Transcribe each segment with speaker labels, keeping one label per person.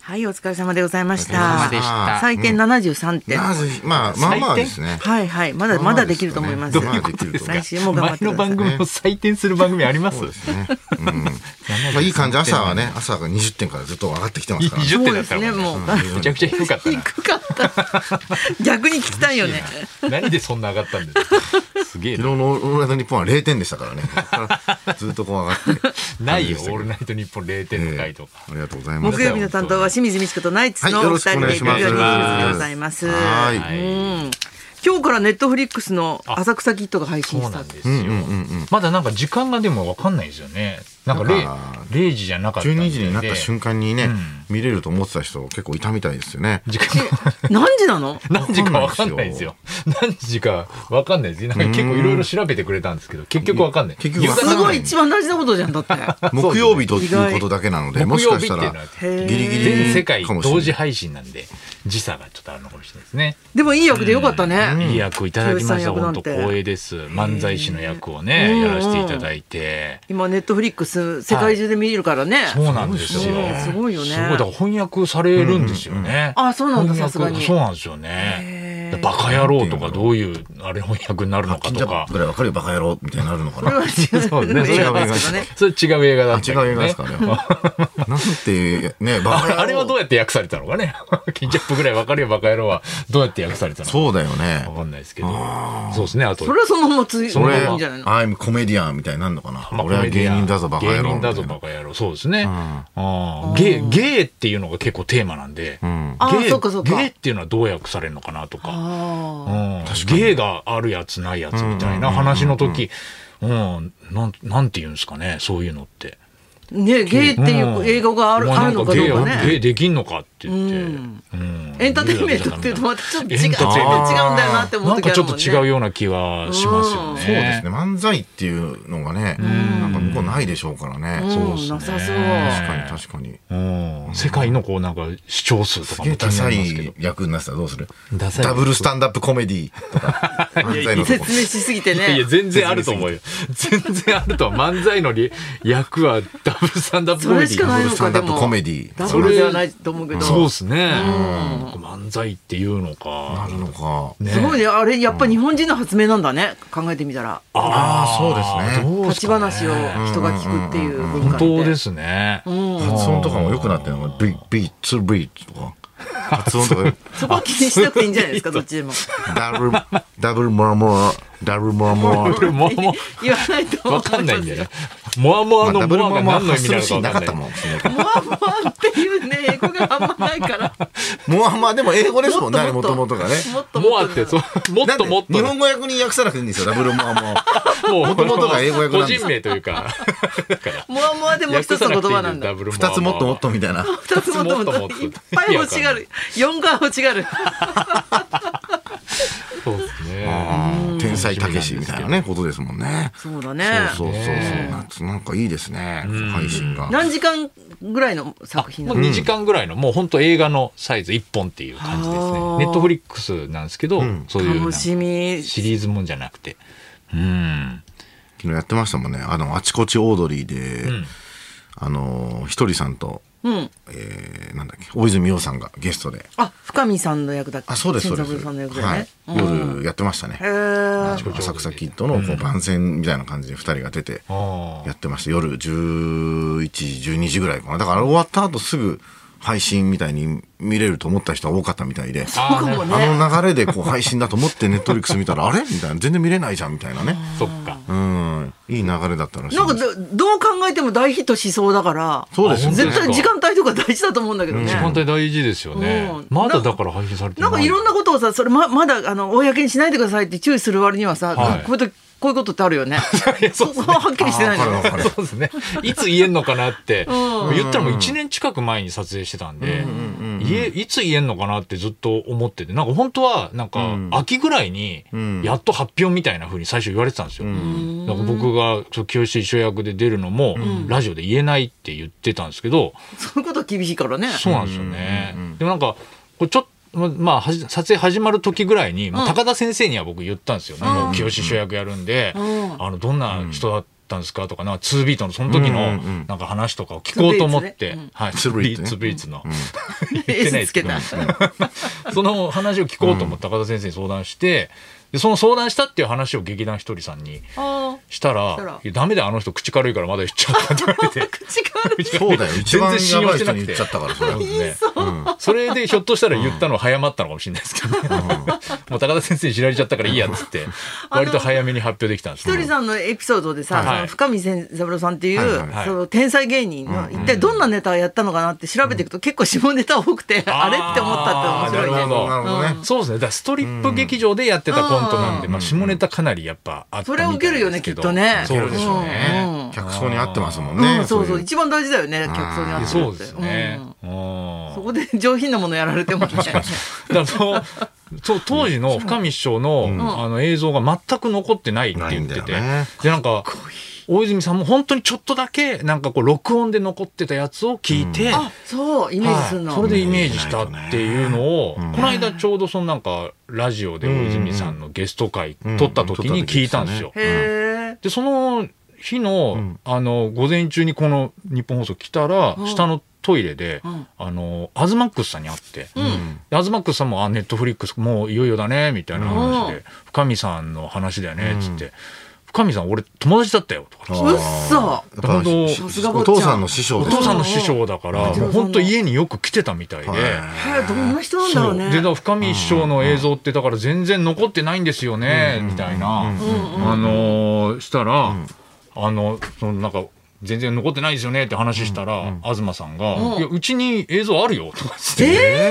Speaker 1: はい、お疲れ様でございまし
Speaker 2: お疲れ様
Speaker 1: た
Speaker 2: でした。
Speaker 1: 採点73点。
Speaker 3: まず、まあ、まあまあですね。
Speaker 1: はいはい、まだまだできると思います。
Speaker 3: まあまあできると思い
Speaker 1: 最
Speaker 3: ます
Speaker 1: 新も頑張って
Speaker 2: 前の
Speaker 1: くださ
Speaker 2: 番
Speaker 1: い。
Speaker 2: 組も採点する番組あります
Speaker 3: そうですね。うん。まあ、いい感じ、朝はね、朝が20点からずっと上がってきてますから。
Speaker 2: 20点だったらも
Speaker 1: そううで
Speaker 2: ね
Speaker 1: すね
Speaker 3: もう
Speaker 2: めちゃくちゃ低かっ た
Speaker 1: 低かった。逆に聞きたいよね。
Speaker 2: な。何でそんな上がったんです か。すげえ
Speaker 3: 昨日
Speaker 2: な。
Speaker 3: のオールナイト日本は0点でしたからね。 そこからずっとこう上がって。
Speaker 2: ないよ、
Speaker 3: 感じでした
Speaker 2: オ
Speaker 3: けど
Speaker 2: ールナイトニッポン0
Speaker 3: え
Speaker 2: 点の
Speaker 3: ー
Speaker 2: 回とか。
Speaker 3: ありがとうございます
Speaker 1: 木。曜日の担当は清水美智子とナイツのお二人でいくようにでございます。
Speaker 3: はいよろしくお願いします
Speaker 2: は
Speaker 1: う
Speaker 2: い
Speaker 1: ん。今日からネットフリックスの浅草キットが配信
Speaker 2: そう
Speaker 1: スタ
Speaker 2: な
Speaker 1: ー
Speaker 2: ん
Speaker 1: ト。
Speaker 2: ですよ。まだなんか時間がでもわかんないですよね。なんか
Speaker 3: なんか
Speaker 2: 零0時じゃなかったんで。
Speaker 3: 12時になった瞬間にね、
Speaker 2: うん
Speaker 3: 見れると思ってた人結構いたみたいですよね。
Speaker 2: 時間が
Speaker 1: 何時なの？
Speaker 2: 何 時かわかんないですよ。何時かわかんないです。なんか結構いろいろ調べてくれたんですけど、結局わかんない。
Speaker 3: 結局わかんな
Speaker 1: すごい一番大事なことじゃんだって。
Speaker 3: 木曜日ということだけなので、
Speaker 2: そう
Speaker 3: も
Speaker 2: です
Speaker 3: し
Speaker 2: ね
Speaker 3: かしたら
Speaker 2: 木
Speaker 3: ギ
Speaker 1: 曜日っていうのは
Speaker 3: リギリ
Speaker 2: 全世界
Speaker 3: かもしれない
Speaker 2: 同時配信なんで、時差がちょっとあるのかもしれないですね。
Speaker 1: でもいい役でよかったね。
Speaker 2: いい役をいただきました。
Speaker 1: 清さん役な
Speaker 2: 本
Speaker 1: ん
Speaker 2: 当
Speaker 1: て
Speaker 2: 光栄です。漫才師の役をね、
Speaker 1: うん
Speaker 2: やらせていただいて。
Speaker 1: 今ネットフリックス世界中で見れるからね。
Speaker 2: そうなんですよ。
Speaker 1: ねすごいよね
Speaker 2: すごい。だから翻訳されるんですよね。
Speaker 1: うんうんうんあそうなんだ
Speaker 2: 翻訳
Speaker 1: さすがに
Speaker 2: そうなんですよ
Speaker 1: へ
Speaker 2: ね
Speaker 1: ー。
Speaker 2: バカ野郎とかどういう、あれ翻訳になるのか
Speaker 3: 金
Speaker 2: と
Speaker 3: じ
Speaker 2: か
Speaker 3: ゃ。ぐらいわかるよ、バカ野郎みたいになるのか
Speaker 1: これ
Speaker 3: な。
Speaker 1: は違う。
Speaker 2: そうね
Speaker 1: 映画ですけどね。
Speaker 2: それ違う映画だ
Speaker 3: あ
Speaker 2: った
Speaker 3: 違
Speaker 2: けど
Speaker 3: う
Speaker 2: ね
Speaker 3: 映画ですかね。なんていう、ね、バカ
Speaker 2: あ
Speaker 3: 野
Speaker 2: れ
Speaker 3: 郎。
Speaker 2: あれはどうやって訳されたのかね。 キンチャップぐらい分かるよ、バカ野郎は。どうやって訳されたのか
Speaker 3: そうだよね
Speaker 2: 分。かんないですけど。そうですね、あと
Speaker 1: そ。れはそのままつい
Speaker 2: のま
Speaker 3: 俺、
Speaker 2: ま
Speaker 1: いいんじゃないの？
Speaker 3: アイムコメディアンみたいになるのかな。
Speaker 2: まあ
Speaker 3: 俺は芸人だぞ、バカ野郎。
Speaker 2: 芸人だぞ、バカ野郎。そうですね。あーゲー、ゲーっていうのが結構テーマなんで、
Speaker 3: ん
Speaker 1: あー
Speaker 2: ゲ
Speaker 1: そうかそ
Speaker 2: ー
Speaker 1: うか
Speaker 2: ゲーっていうのはどう訳されるのかなとか、
Speaker 1: あ
Speaker 2: う
Speaker 1: あ。
Speaker 2: ん、ゲーがあるやつないやつみたいな話の時、うん、なん、なんて言うんですかね、そういうのって。
Speaker 1: ね、ゲイっていう英語がある,、
Speaker 2: お前
Speaker 1: あるのかどうか
Speaker 2: なんゲーゲー
Speaker 1: ね。
Speaker 2: できんのかって言って。
Speaker 1: うん
Speaker 2: うん
Speaker 1: エンターテインメントっていうとまたちょっと違う、
Speaker 2: エ
Speaker 1: 違う
Speaker 2: ン
Speaker 1: ん
Speaker 2: タ
Speaker 1: だ
Speaker 2: ーテインメント
Speaker 1: よなって思
Speaker 2: な
Speaker 1: うん時
Speaker 2: か
Speaker 1: あ
Speaker 2: ち
Speaker 1: る
Speaker 2: ょっ
Speaker 1: もん
Speaker 2: と
Speaker 1: ね。
Speaker 2: 違うような気はしますよね。
Speaker 3: そうですね。漫才っていうのがね、なんか向こうないでしょうからね。
Speaker 1: うん
Speaker 2: そうっすね
Speaker 1: なさそう。
Speaker 3: 確かに確かに。
Speaker 2: うん世界のこうなんか視聴数と
Speaker 3: す
Speaker 2: か
Speaker 3: げえ
Speaker 2: も気
Speaker 3: ダ
Speaker 2: にな
Speaker 3: サ
Speaker 2: りますけ
Speaker 3: い
Speaker 2: ど。
Speaker 3: 役になってたらどうする
Speaker 2: ダサい
Speaker 3: ダブルスタンダップコメディとか。漫才のと
Speaker 1: 説
Speaker 3: こ
Speaker 1: 明しすぎて
Speaker 2: いや
Speaker 1: ね。
Speaker 2: 全然あると思うよ。 全然あるとは漫才のり役はダブルスタンダップコ
Speaker 1: そ
Speaker 2: メデ
Speaker 1: れ
Speaker 2: ィ
Speaker 1: しかないの
Speaker 3: スタ
Speaker 1: か
Speaker 3: ン
Speaker 1: で
Speaker 3: ダップ
Speaker 1: も。
Speaker 3: コメディ
Speaker 1: ダ
Speaker 3: そ
Speaker 1: ブ
Speaker 3: れ
Speaker 1: ルではないと思うけど。
Speaker 2: そうですね。なんか漫才っていうの
Speaker 3: あ
Speaker 2: か。
Speaker 3: るのか。
Speaker 2: ね
Speaker 1: すごいね。あれ、やっぱ日本人の発明なんだね。考えてみたら。
Speaker 2: あ
Speaker 3: あーそうですね
Speaker 2: どう
Speaker 1: 立
Speaker 2: す
Speaker 1: ち
Speaker 2: かね
Speaker 1: 話を人が聞くっていう文化
Speaker 2: 本
Speaker 1: って。
Speaker 2: 当ですね。
Speaker 1: うん。
Speaker 3: 発音とかも良くなってるのか。ビ、ビ、ツービーとか。発音とかよ。
Speaker 1: そこは気にしなくていいんじゃないですか、どっちでも。
Speaker 3: ダブル、ダブルモラモラ、 ダブルモラモラ
Speaker 2: こ。れもあも
Speaker 1: 言わないと
Speaker 2: あ
Speaker 1: 思
Speaker 2: わ
Speaker 1: います
Speaker 2: かんないんだよね。もあもあ
Speaker 3: まあ
Speaker 2: の
Speaker 3: ダブル
Speaker 2: もあ
Speaker 3: モラ
Speaker 2: が
Speaker 3: モラ
Speaker 2: 何の意
Speaker 3: 発
Speaker 2: 味
Speaker 3: す
Speaker 2: な
Speaker 3: る
Speaker 2: の
Speaker 3: シーンな
Speaker 2: か
Speaker 3: か
Speaker 2: わか
Speaker 3: っ
Speaker 2: ん
Speaker 3: た
Speaker 1: モ
Speaker 3: もん。
Speaker 2: ない。
Speaker 1: アモアっていうね、英語があんまないから。
Speaker 3: もうまあでも英語ですもんね、もともとがね。
Speaker 1: もっと
Speaker 2: も
Speaker 1: も
Speaker 2: あ
Speaker 1: っ
Speaker 2: って
Speaker 1: と。
Speaker 2: そうもっ
Speaker 3: なん
Speaker 2: と
Speaker 3: で
Speaker 2: もっと
Speaker 3: 日本語訳に訳さなくていいんですよ、ダブルモアモア。
Speaker 2: もう
Speaker 3: 元々が英語訳なん
Speaker 2: 個
Speaker 3: です
Speaker 2: 人名という か。だから。
Speaker 1: モアモアでもう一つの言葉なんだ。
Speaker 3: 二つもっともっとみたいな。
Speaker 1: 二つもとも
Speaker 2: もっともっ
Speaker 1: と
Speaker 2: と
Speaker 1: いっぱい欲しがる。四が欲しがる。
Speaker 2: そうですね。
Speaker 3: 天才たけしみたいなね、ことですもんね。
Speaker 1: そうだね。
Speaker 3: そうそうそう。夏なんかいいですね、配信が。
Speaker 1: 何時間ぐらいの作品な
Speaker 2: もう
Speaker 1: の
Speaker 2: 2時間ぐらいの、もう本当映画のサイズ1本っていう感じです
Speaker 1: あ
Speaker 2: ね。
Speaker 1: ー
Speaker 2: ネットフリックスなんですけど、そういうなん
Speaker 1: 楽
Speaker 2: か
Speaker 1: し
Speaker 2: シ
Speaker 1: み。
Speaker 2: リーズもんじゃなくて。うん。
Speaker 3: 昨日やってましたもんね。あの、あちこちオードリーで、あの、ひとりさんと、
Speaker 1: うん。
Speaker 3: えーなんだっけ、大泉洋さんがゲストで。
Speaker 1: あ、深見さんの役だっけ
Speaker 3: あ、そうです、そうで
Speaker 1: 千三郎さんの役
Speaker 3: す。
Speaker 1: だよ
Speaker 3: は
Speaker 1: ね
Speaker 3: い。。夜やってましたね
Speaker 1: へ。ー
Speaker 2: ちこちオードリー
Speaker 3: 浅草キッドのこう番宣みたいな感じで二人が出て。
Speaker 2: あ
Speaker 3: やってました夜11時12時ぐらいかなだから終わった後すぐ配信みたいに見れると思った人は多かったみたいで
Speaker 2: あ。
Speaker 1: 僕
Speaker 2: なる
Speaker 1: も
Speaker 2: ほ
Speaker 3: あ
Speaker 1: ね。
Speaker 3: の流れでこう配信だと思ってネットリックス見たらあれみたいな全然見れないじゃんみたいなね
Speaker 2: どそっか。
Speaker 3: うんいい流れだったらしい
Speaker 1: なんかどどう考えても大ヒットしそうだから。
Speaker 3: そうですよね
Speaker 1: 絶対時間帯とか大事だと思うんだけどね。
Speaker 2: 時間帯大事ですよね
Speaker 1: うん。
Speaker 2: まだだから配信されて
Speaker 1: なんかいろん
Speaker 2: な。
Speaker 1: なことをさ、それままだあの公にしないでくださいって注意する割にはさ、
Speaker 2: はい
Speaker 1: こういうとこういうことってあるよね。
Speaker 2: いやそ
Speaker 1: そうこははっきりしてないの
Speaker 3: あわかるわかる
Speaker 2: そうですね。いつ言えんのかなって。
Speaker 1: うん
Speaker 2: 言ったらもう1年近く前に撮影してたんで、言えいつ言えんのかなってずっと思ってて、なんか本当は、なんか秋ぐらいに、やっと発表みたいな風に最初言われてたんですよ。なんか僕がそう清志師匠役で出るのも、ラジオで言えないって言ってたんですけど、
Speaker 1: そういうことは厳しいからね。
Speaker 2: そうなんですよね。でもなんか、こうちょっと、まあ、はじ撮影始まる時ぐらいに、まあ高田先生には僕言ったんですよ、ねもう清志師匠役やるんで、
Speaker 1: うん
Speaker 2: あのどんな人だったんですかとか、なんか2ビートのその時のなんか話とかを聞こうと思って、はい、
Speaker 3: ツ
Speaker 2: 2
Speaker 3: ービート
Speaker 2: ビート
Speaker 3: ね
Speaker 2: ツービートの。言ってない
Speaker 1: S
Speaker 2: で
Speaker 1: つ
Speaker 2: す
Speaker 1: け
Speaker 2: け
Speaker 1: た
Speaker 2: ど。その話を聞こうと思って高田先生に相談して、でその相談したっていう話を劇団ひとりさんに
Speaker 1: あ
Speaker 2: したら
Speaker 1: たら
Speaker 2: いやダメだよあの人口軽いからまだ言っちゃったって言われて
Speaker 1: ー 口軽い
Speaker 3: そうだよ。一番
Speaker 2: 全然信
Speaker 3: やば
Speaker 2: 用
Speaker 3: い
Speaker 2: して
Speaker 3: 人
Speaker 2: な
Speaker 3: に言
Speaker 2: くて
Speaker 3: っちゃったから、それは。
Speaker 2: そうですねそれでひょっとしたら言ったのは早まったのかもしれないですけどね、 もう高田先生に知られちゃったからいいやっつって割と早めに発表できたんです
Speaker 1: ひとりさんのエピソードでさ、
Speaker 2: はい
Speaker 1: その深見千三郎さんっていう、
Speaker 3: はいはい
Speaker 2: はい
Speaker 1: その天才芸人の一体どんなネタをやったのかなって調べていくと、結構下ネタ多くて、 あれって思ったって面白い
Speaker 2: なる
Speaker 1: ね
Speaker 2: ほど
Speaker 3: なるほどね。
Speaker 2: そうですねだからストリップ劇場でやってたコントなんで、まあ、下ネタかなりやっぱあったみたいなんで
Speaker 1: それはウ
Speaker 2: すけど
Speaker 1: ケ
Speaker 2: そ
Speaker 1: る
Speaker 2: う
Speaker 1: よね
Speaker 2: で
Speaker 1: きっとね
Speaker 2: しょうね、
Speaker 1: うん
Speaker 3: 客層に合ってますもん
Speaker 1: う
Speaker 3: ね
Speaker 1: ん。そうそう
Speaker 3: い
Speaker 1: 一番大事だよね客層にあってるって
Speaker 2: そうですね。うん
Speaker 1: うんそこで上品なものやられてもね
Speaker 2: だからそのそう当時の深見師匠の,、あの映像が全く残ってないって言っ
Speaker 3: な
Speaker 2: てて、
Speaker 3: いんだよね
Speaker 2: でなんか大泉さんも本当にちょっとだけなんかこう録音で残ってたやつを聞いて、
Speaker 1: あそうイメージするの、
Speaker 2: はいそれでイメージしたっていうのを、この間ちょうどそのなんかラジオで大泉さんのゲスト会撮った時に聞いたんですよ。
Speaker 1: へえ
Speaker 2: でその日の,、あの午前中にこの日本放送来たら、下のトイレで、
Speaker 1: ん
Speaker 2: あのアズマックスさんに会って、でアズマックスさんも「あネットフリックスもういよいよだね」みたいな話で、
Speaker 1: うん
Speaker 2: 深見さんの話だよね」っつって、深見さん俺友達だったよ」とか。
Speaker 1: うっそ
Speaker 3: やっぱ
Speaker 2: 本当
Speaker 3: し
Speaker 1: さすが坊
Speaker 3: お
Speaker 1: ちゃん
Speaker 3: 父さんの師匠
Speaker 2: お
Speaker 3: でしょ
Speaker 2: 父さんの師匠だから、
Speaker 1: うん
Speaker 2: もう本当家によく来てたみたいで、
Speaker 3: はい
Speaker 1: へえどんな人なんだろうね
Speaker 2: でだから深見師匠の映像ってだから全然残ってないんですよね、みたいな、あのーしたら、あのそのなんか全然残ってないですよねって話したら、東さんが「
Speaker 1: うん
Speaker 2: いやうちに映像あるよ」とかつって、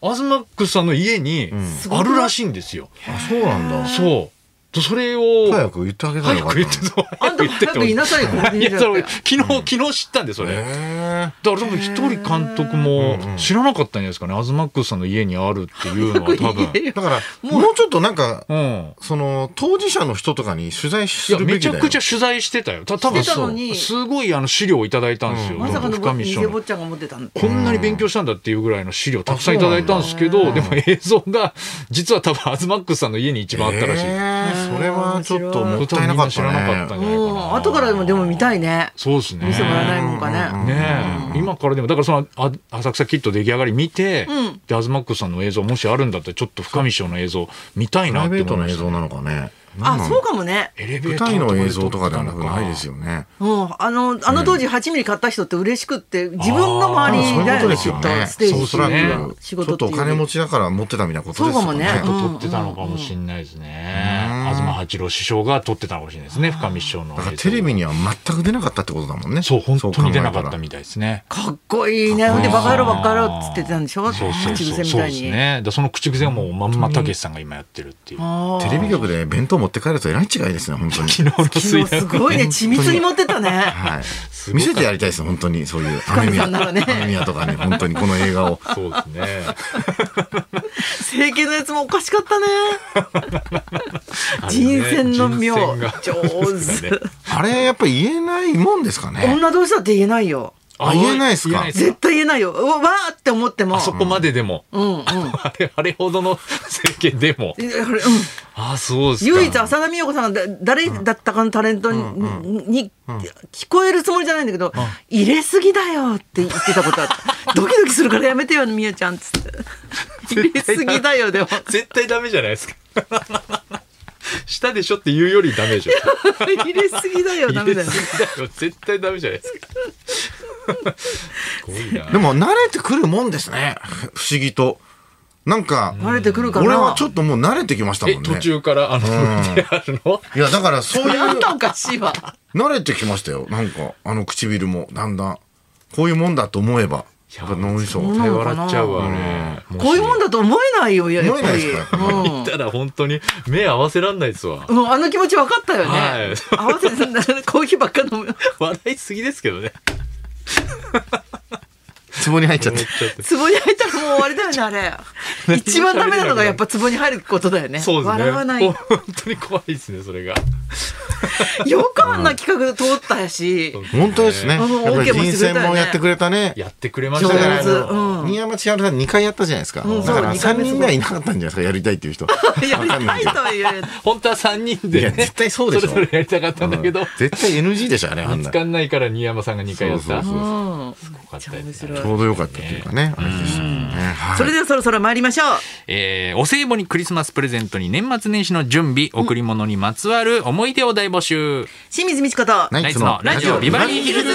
Speaker 2: アズマックスさんの家にあるらしいんですよ。
Speaker 3: あ、そうなんだ。
Speaker 2: そうでそれを
Speaker 3: 早く言ってあげたらよ
Speaker 2: 早
Speaker 3: かっ
Speaker 2: く
Speaker 3: たの
Speaker 2: 言
Speaker 3: に
Speaker 2: ってそう
Speaker 1: あんたも早く言いなさいよ
Speaker 2: いやそれ昨日、昨日知ったんでそれ。
Speaker 3: へ
Speaker 2: だから多分一人監督も知らなかったんじゃないですかね、アズマックスさんの家にあるっていうのは多 分。
Speaker 3: ーだから、もうちょっとなんか、
Speaker 2: うん。
Speaker 3: その、当事者の人とかに取材
Speaker 2: い
Speaker 3: す
Speaker 2: や、
Speaker 3: るべ
Speaker 2: め
Speaker 3: き
Speaker 2: ち
Speaker 3: だ
Speaker 2: ゃ
Speaker 3: よ。
Speaker 2: くちゃ取材してたよ。た多分
Speaker 1: してた
Speaker 2: そ
Speaker 1: のに
Speaker 2: う、すごいあの資料をいただいたんですよ。
Speaker 1: まさかの
Speaker 2: 深見師
Speaker 1: 偽
Speaker 2: 匠
Speaker 1: 坊
Speaker 2: の。
Speaker 1: ちゃんが持ってたんだ
Speaker 2: こんなに勉強したんだっていうぐらいの資料たくさんいただいたんですけど、でも映像が、実は多分アズマックスさんの家に一番あったらしい。
Speaker 3: へーそれはちょっともったいなかった
Speaker 2: 多分みん知らなかったん
Speaker 3: ね。
Speaker 2: じゃないか
Speaker 1: うん
Speaker 2: な。
Speaker 1: 後からでもでも見たいね
Speaker 2: そうですね。
Speaker 1: 見せもらえないもんかね、
Speaker 2: ねえ、今からでもだからそのあ浅草キッド出来上がり見て、
Speaker 1: うん
Speaker 2: でアズマックスさんの映像もしあるんだったらちょっと深見師匠の映像見たい
Speaker 3: プラ
Speaker 2: な
Speaker 3: イ
Speaker 2: って
Speaker 3: ベー
Speaker 2: 思
Speaker 3: トの
Speaker 2: いま
Speaker 3: 映
Speaker 2: した
Speaker 3: 像なのかね。
Speaker 1: あそうかもね
Speaker 2: エレベ
Speaker 3: 舞
Speaker 2: ーター
Speaker 3: 台
Speaker 2: とか
Speaker 3: の
Speaker 2: で
Speaker 3: 映
Speaker 2: 撮
Speaker 3: 像
Speaker 2: って
Speaker 3: と
Speaker 2: た
Speaker 3: か
Speaker 2: の
Speaker 3: ではなくないですよね。
Speaker 1: うん、あのあの当時8ミリ買った人って嬉しくって自分の周
Speaker 2: あ
Speaker 1: り
Speaker 2: ー
Speaker 3: そう
Speaker 1: に
Speaker 3: いうこ
Speaker 1: だ
Speaker 3: と
Speaker 1: よ
Speaker 3: で
Speaker 1: ね
Speaker 3: す
Speaker 1: き
Speaker 3: よ
Speaker 1: っと
Speaker 3: ね。
Speaker 1: ステー
Speaker 2: そう
Speaker 1: ジ
Speaker 2: っすね
Speaker 1: の仕
Speaker 3: ちょ
Speaker 1: 事
Speaker 3: っとお金持
Speaker 1: ち
Speaker 3: ちだから持ってたみたいなことです
Speaker 1: そうかも
Speaker 3: よ
Speaker 1: ね
Speaker 3: ね。
Speaker 1: うん
Speaker 2: 撮ってたのかもしれないですね。東八郎師匠が撮ってたのかもしれないですね。深見師匠の映
Speaker 3: だ
Speaker 2: 像
Speaker 3: か
Speaker 2: が。
Speaker 3: らテレビには全く出なかったってことだもんね。
Speaker 2: そう、本当に出なかっ
Speaker 3: そ
Speaker 2: た
Speaker 3: う考え
Speaker 2: みたいですね。
Speaker 1: かっこいいねほんでバカ野郎バカ野郎っつって言ってたんでしょ
Speaker 2: そうそう
Speaker 1: 口
Speaker 2: そう。
Speaker 1: 癖み
Speaker 2: そう
Speaker 1: た
Speaker 2: で
Speaker 1: い
Speaker 2: す
Speaker 1: に、
Speaker 2: ね。だその口癖はもうまんまたけしさんが今やってるっていう。
Speaker 1: あ
Speaker 3: た
Speaker 1: ー
Speaker 3: らテレビ局で弁当持って帰るとえらい違いですね、本当に。
Speaker 2: 昨日の
Speaker 1: 昨
Speaker 2: 水
Speaker 1: 日
Speaker 2: 曜
Speaker 1: すごいね緻密に持ってたね
Speaker 3: はい。見せてやりたいです、本当に。そういう、ア
Speaker 1: 神
Speaker 3: メミ
Speaker 1: さ
Speaker 3: ヤ、
Speaker 1: んならね
Speaker 3: アメミヤとかね、本当にこの映画を。
Speaker 2: そうですね。
Speaker 1: 整形のやつもおかしかったね人選の妙
Speaker 2: 人選が
Speaker 1: 上手、
Speaker 3: あれ、やっぱ言えないもんですかね。
Speaker 1: 女同士だって言えないよ
Speaker 3: あ言えないっすか
Speaker 2: 言えないっ
Speaker 1: 絶対言えないようわわーって思っても
Speaker 2: あそこまででも。
Speaker 1: うんうん
Speaker 2: あれ、あれほどの整形でも。
Speaker 1: えあれうん
Speaker 2: あ、そうですか。
Speaker 1: 唯一浅田美代子さんがだ誰だったかのタレントに,に、に聞こえるつもりじゃないんだけど、入れすぎだよって言ってたことあったドキドキするからやめてよ美代ちゃんっつって入れすぎだよでも
Speaker 2: 絶対ダメじゃないですか。 したでしょって言うよりダメでしょ。
Speaker 1: 入れすぎだよダメだよ
Speaker 2: 入れすぎだよ絶対ダメじゃないですか。 すごいな。
Speaker 3: でも、慣れてくるもんですね。不思議と。なんか、
Speaker 1: 慣れてくるかな
Speaker 3: 俺はちょっともう慣れてきました
Speaker 2: え、
Speaker 3: もん
Speaker 2: 途
Speaker 3: ね。
Speaker 2: 中からあの、VTR の
Speaker 3: いや、だからそうい
Speaker 1: あ、
Speaker 3: うん
Speaker 1: たおかしいわ
Speaker 3: 慣れてきましたよ。なんか、あの唇も、だんだん。こういうもんだと思えば、やっぱ脳みそ。
Speaker 1: そうな
Speaker 3: 思
Speaker 1: の
Speaker 2: 手
Speaker 1: かな
Speaker 2: 笑っちゃうわね。
Speaker 1: こういうもん
Speaker 2: だ。
Speaker 1: だと思えないよやっ
Speaker 3: えな
Speaker 1: ぱ
Speaker 3: いで
Speaker 1: り
Speaker 3: すか、やっぱり。
Speaker 2: いたら本当に目合わせらんないですわ。
Speaker 1: うん、あの気持ち分かったよね、
Speaker 2: はい
Speaker 1: 合わせてんだからコーヒーばっか飲む
Speaker 2: 笑いすぎですけどね。
Speaker 3: 壺に入っちゃって。
Speaker 1: 壺に入ったらもう終わりだよねあれ一番ダメなのがやっぱ壺に入ることだよね。
Speaker 2: そうですね。
Speaker 1: 笑わない。
Speaker 2: 本当に怖いですね、それが。
Speaker 1: よくあんな企画通ったし。
Speaker 3: 本当ですね。
Speaker 1: あの
Speaker 3: やっぱり
Speaker 1: OK も
Speaker 3: 人
Speaker 1: してくれ
Speaker 3: 選
Speaker 1: たよね
Speaker 3: もやってくれたね。
Speaker 2: やってくれまし
Speaker 3: だ
Speaker 2: た
Speaker 3: か
Speaker 2: ね。
Speaker 3: ら
Speaker 1: 上手うん
Speaker 3: 新山千春さん2回やったじゃないですか。
Speaker 1: うん
Speaker 3: だから
Speaker 1: そう二回
Speaker 3: 3
Speaker 1: 目
Speaker 3: 人ぐらいいなかったんじゃないですか、やりたいっていう人。
Speaker 1: やり
Speaker 3: わかんな
Speaker 1: た
Speaker 3: い
Speaker 1: い
Speaker 3: けど
Speaker 1: という。
Speaker 2: 本当は3人で、
Speaker 3: いや
Speaker 2: ね。
Speaker 3: 絶対そうでしょ
Speaker 2: れぞれやりたかったんだけど、
Speaker 3: 絶対 NG でしょ、あれ、あん
Speaker 2: 見つ
Speaker 3: な。
Speaker 2: かんないから新山さんが2回やった。
Speaker 3: そうそううそ
Speaker 1: ん。
Speaker 2: よか
Speaker 1: め
Speaker 2: った
Speaker 1: っちゃ面
Speaker 2: です
Speaker 1: 白
Speaker 2: ね
Speaker 1: い
Speaker 3: ちょうどよかったというかね、あれでしたね。はい
Speaker 1: それではそろそろ参りましょう。
Speaker 2: えーお歳暮にクリスマスプレゼントに年末年始の準備、贈り物にまつわる思い出を大募集。
Speaker 1: 清水美智子と。
Speaker 3: ナ
Speaker 2: ナ
Speaker 3: イ
Speaker 2: イ
Speaker 3: ツ
Speaker 2: ツ
Speaker 3: の
Speaker 2: のラジオビバリーヒルズ。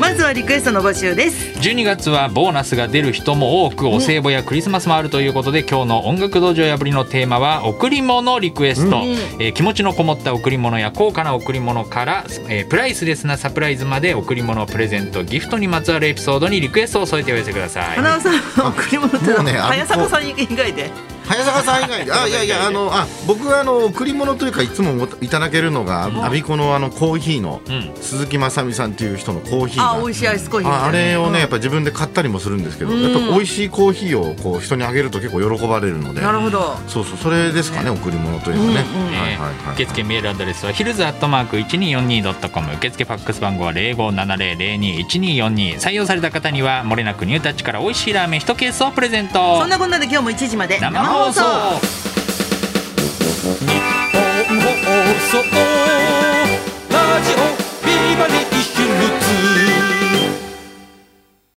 Speaker 1: まずはリクエストの募集です。
Speaker 2: 12月はボーナスが出る人も多くお歳暮やクリスマスもあるということで、今日の音楽道場破りのテーマは贈り物リクエスト、えー気持ちのこもった贈り物や高価な贈り物から、えープライスレスなサプライズまで贈り物プレゼントギフトにまつわるエピソードにリクエストを添えてお寄せください
Speaker 1: 花尾さんの贈り物っての
Speaker 3: も
Speaker 1: は、
Speaker 3: うねあの
Speaker 1: 早坂さん以外で。
Speaker 3: 早坂さん以外で、あ、いやいや、あの、あ、僕はあの贈り物というか、いつもごいただけるのが、アビコのあのコーヒーの
Speaker 2: うん。
Speaker 3: 鈴木雅美さんという人のコーヒー
Speaker 1: あ、
Speaker 3: が
Speaker 1: 美味しいアイスコーヒーみたいな。
Speaker 3: ああれをねやっぱ自分で買ったりもするんですけど、
Speaker 1: うん
Speaker 3: やっぱ美味しいコーヒーをこう人にあげると結構喜ばれるので
Speaker 1: なるほど。
Speaker 3: そうそうそれですかね贈り物というか
Speaker 1: う
Speaker 3: ね、
Speaker 1: んうん
Speaker 3: はいはいはい
Speaker 2: 受付メールアドレスはヒルズアットマーク 1242.com 受付ファックス番号は0570021242採用された方にはもれなくニュータッチから美味しいラーメン1ケースをプレゼント
Speaker 1: そんなこんなで今日も1時まで
Speaker 2: 生放送日本放送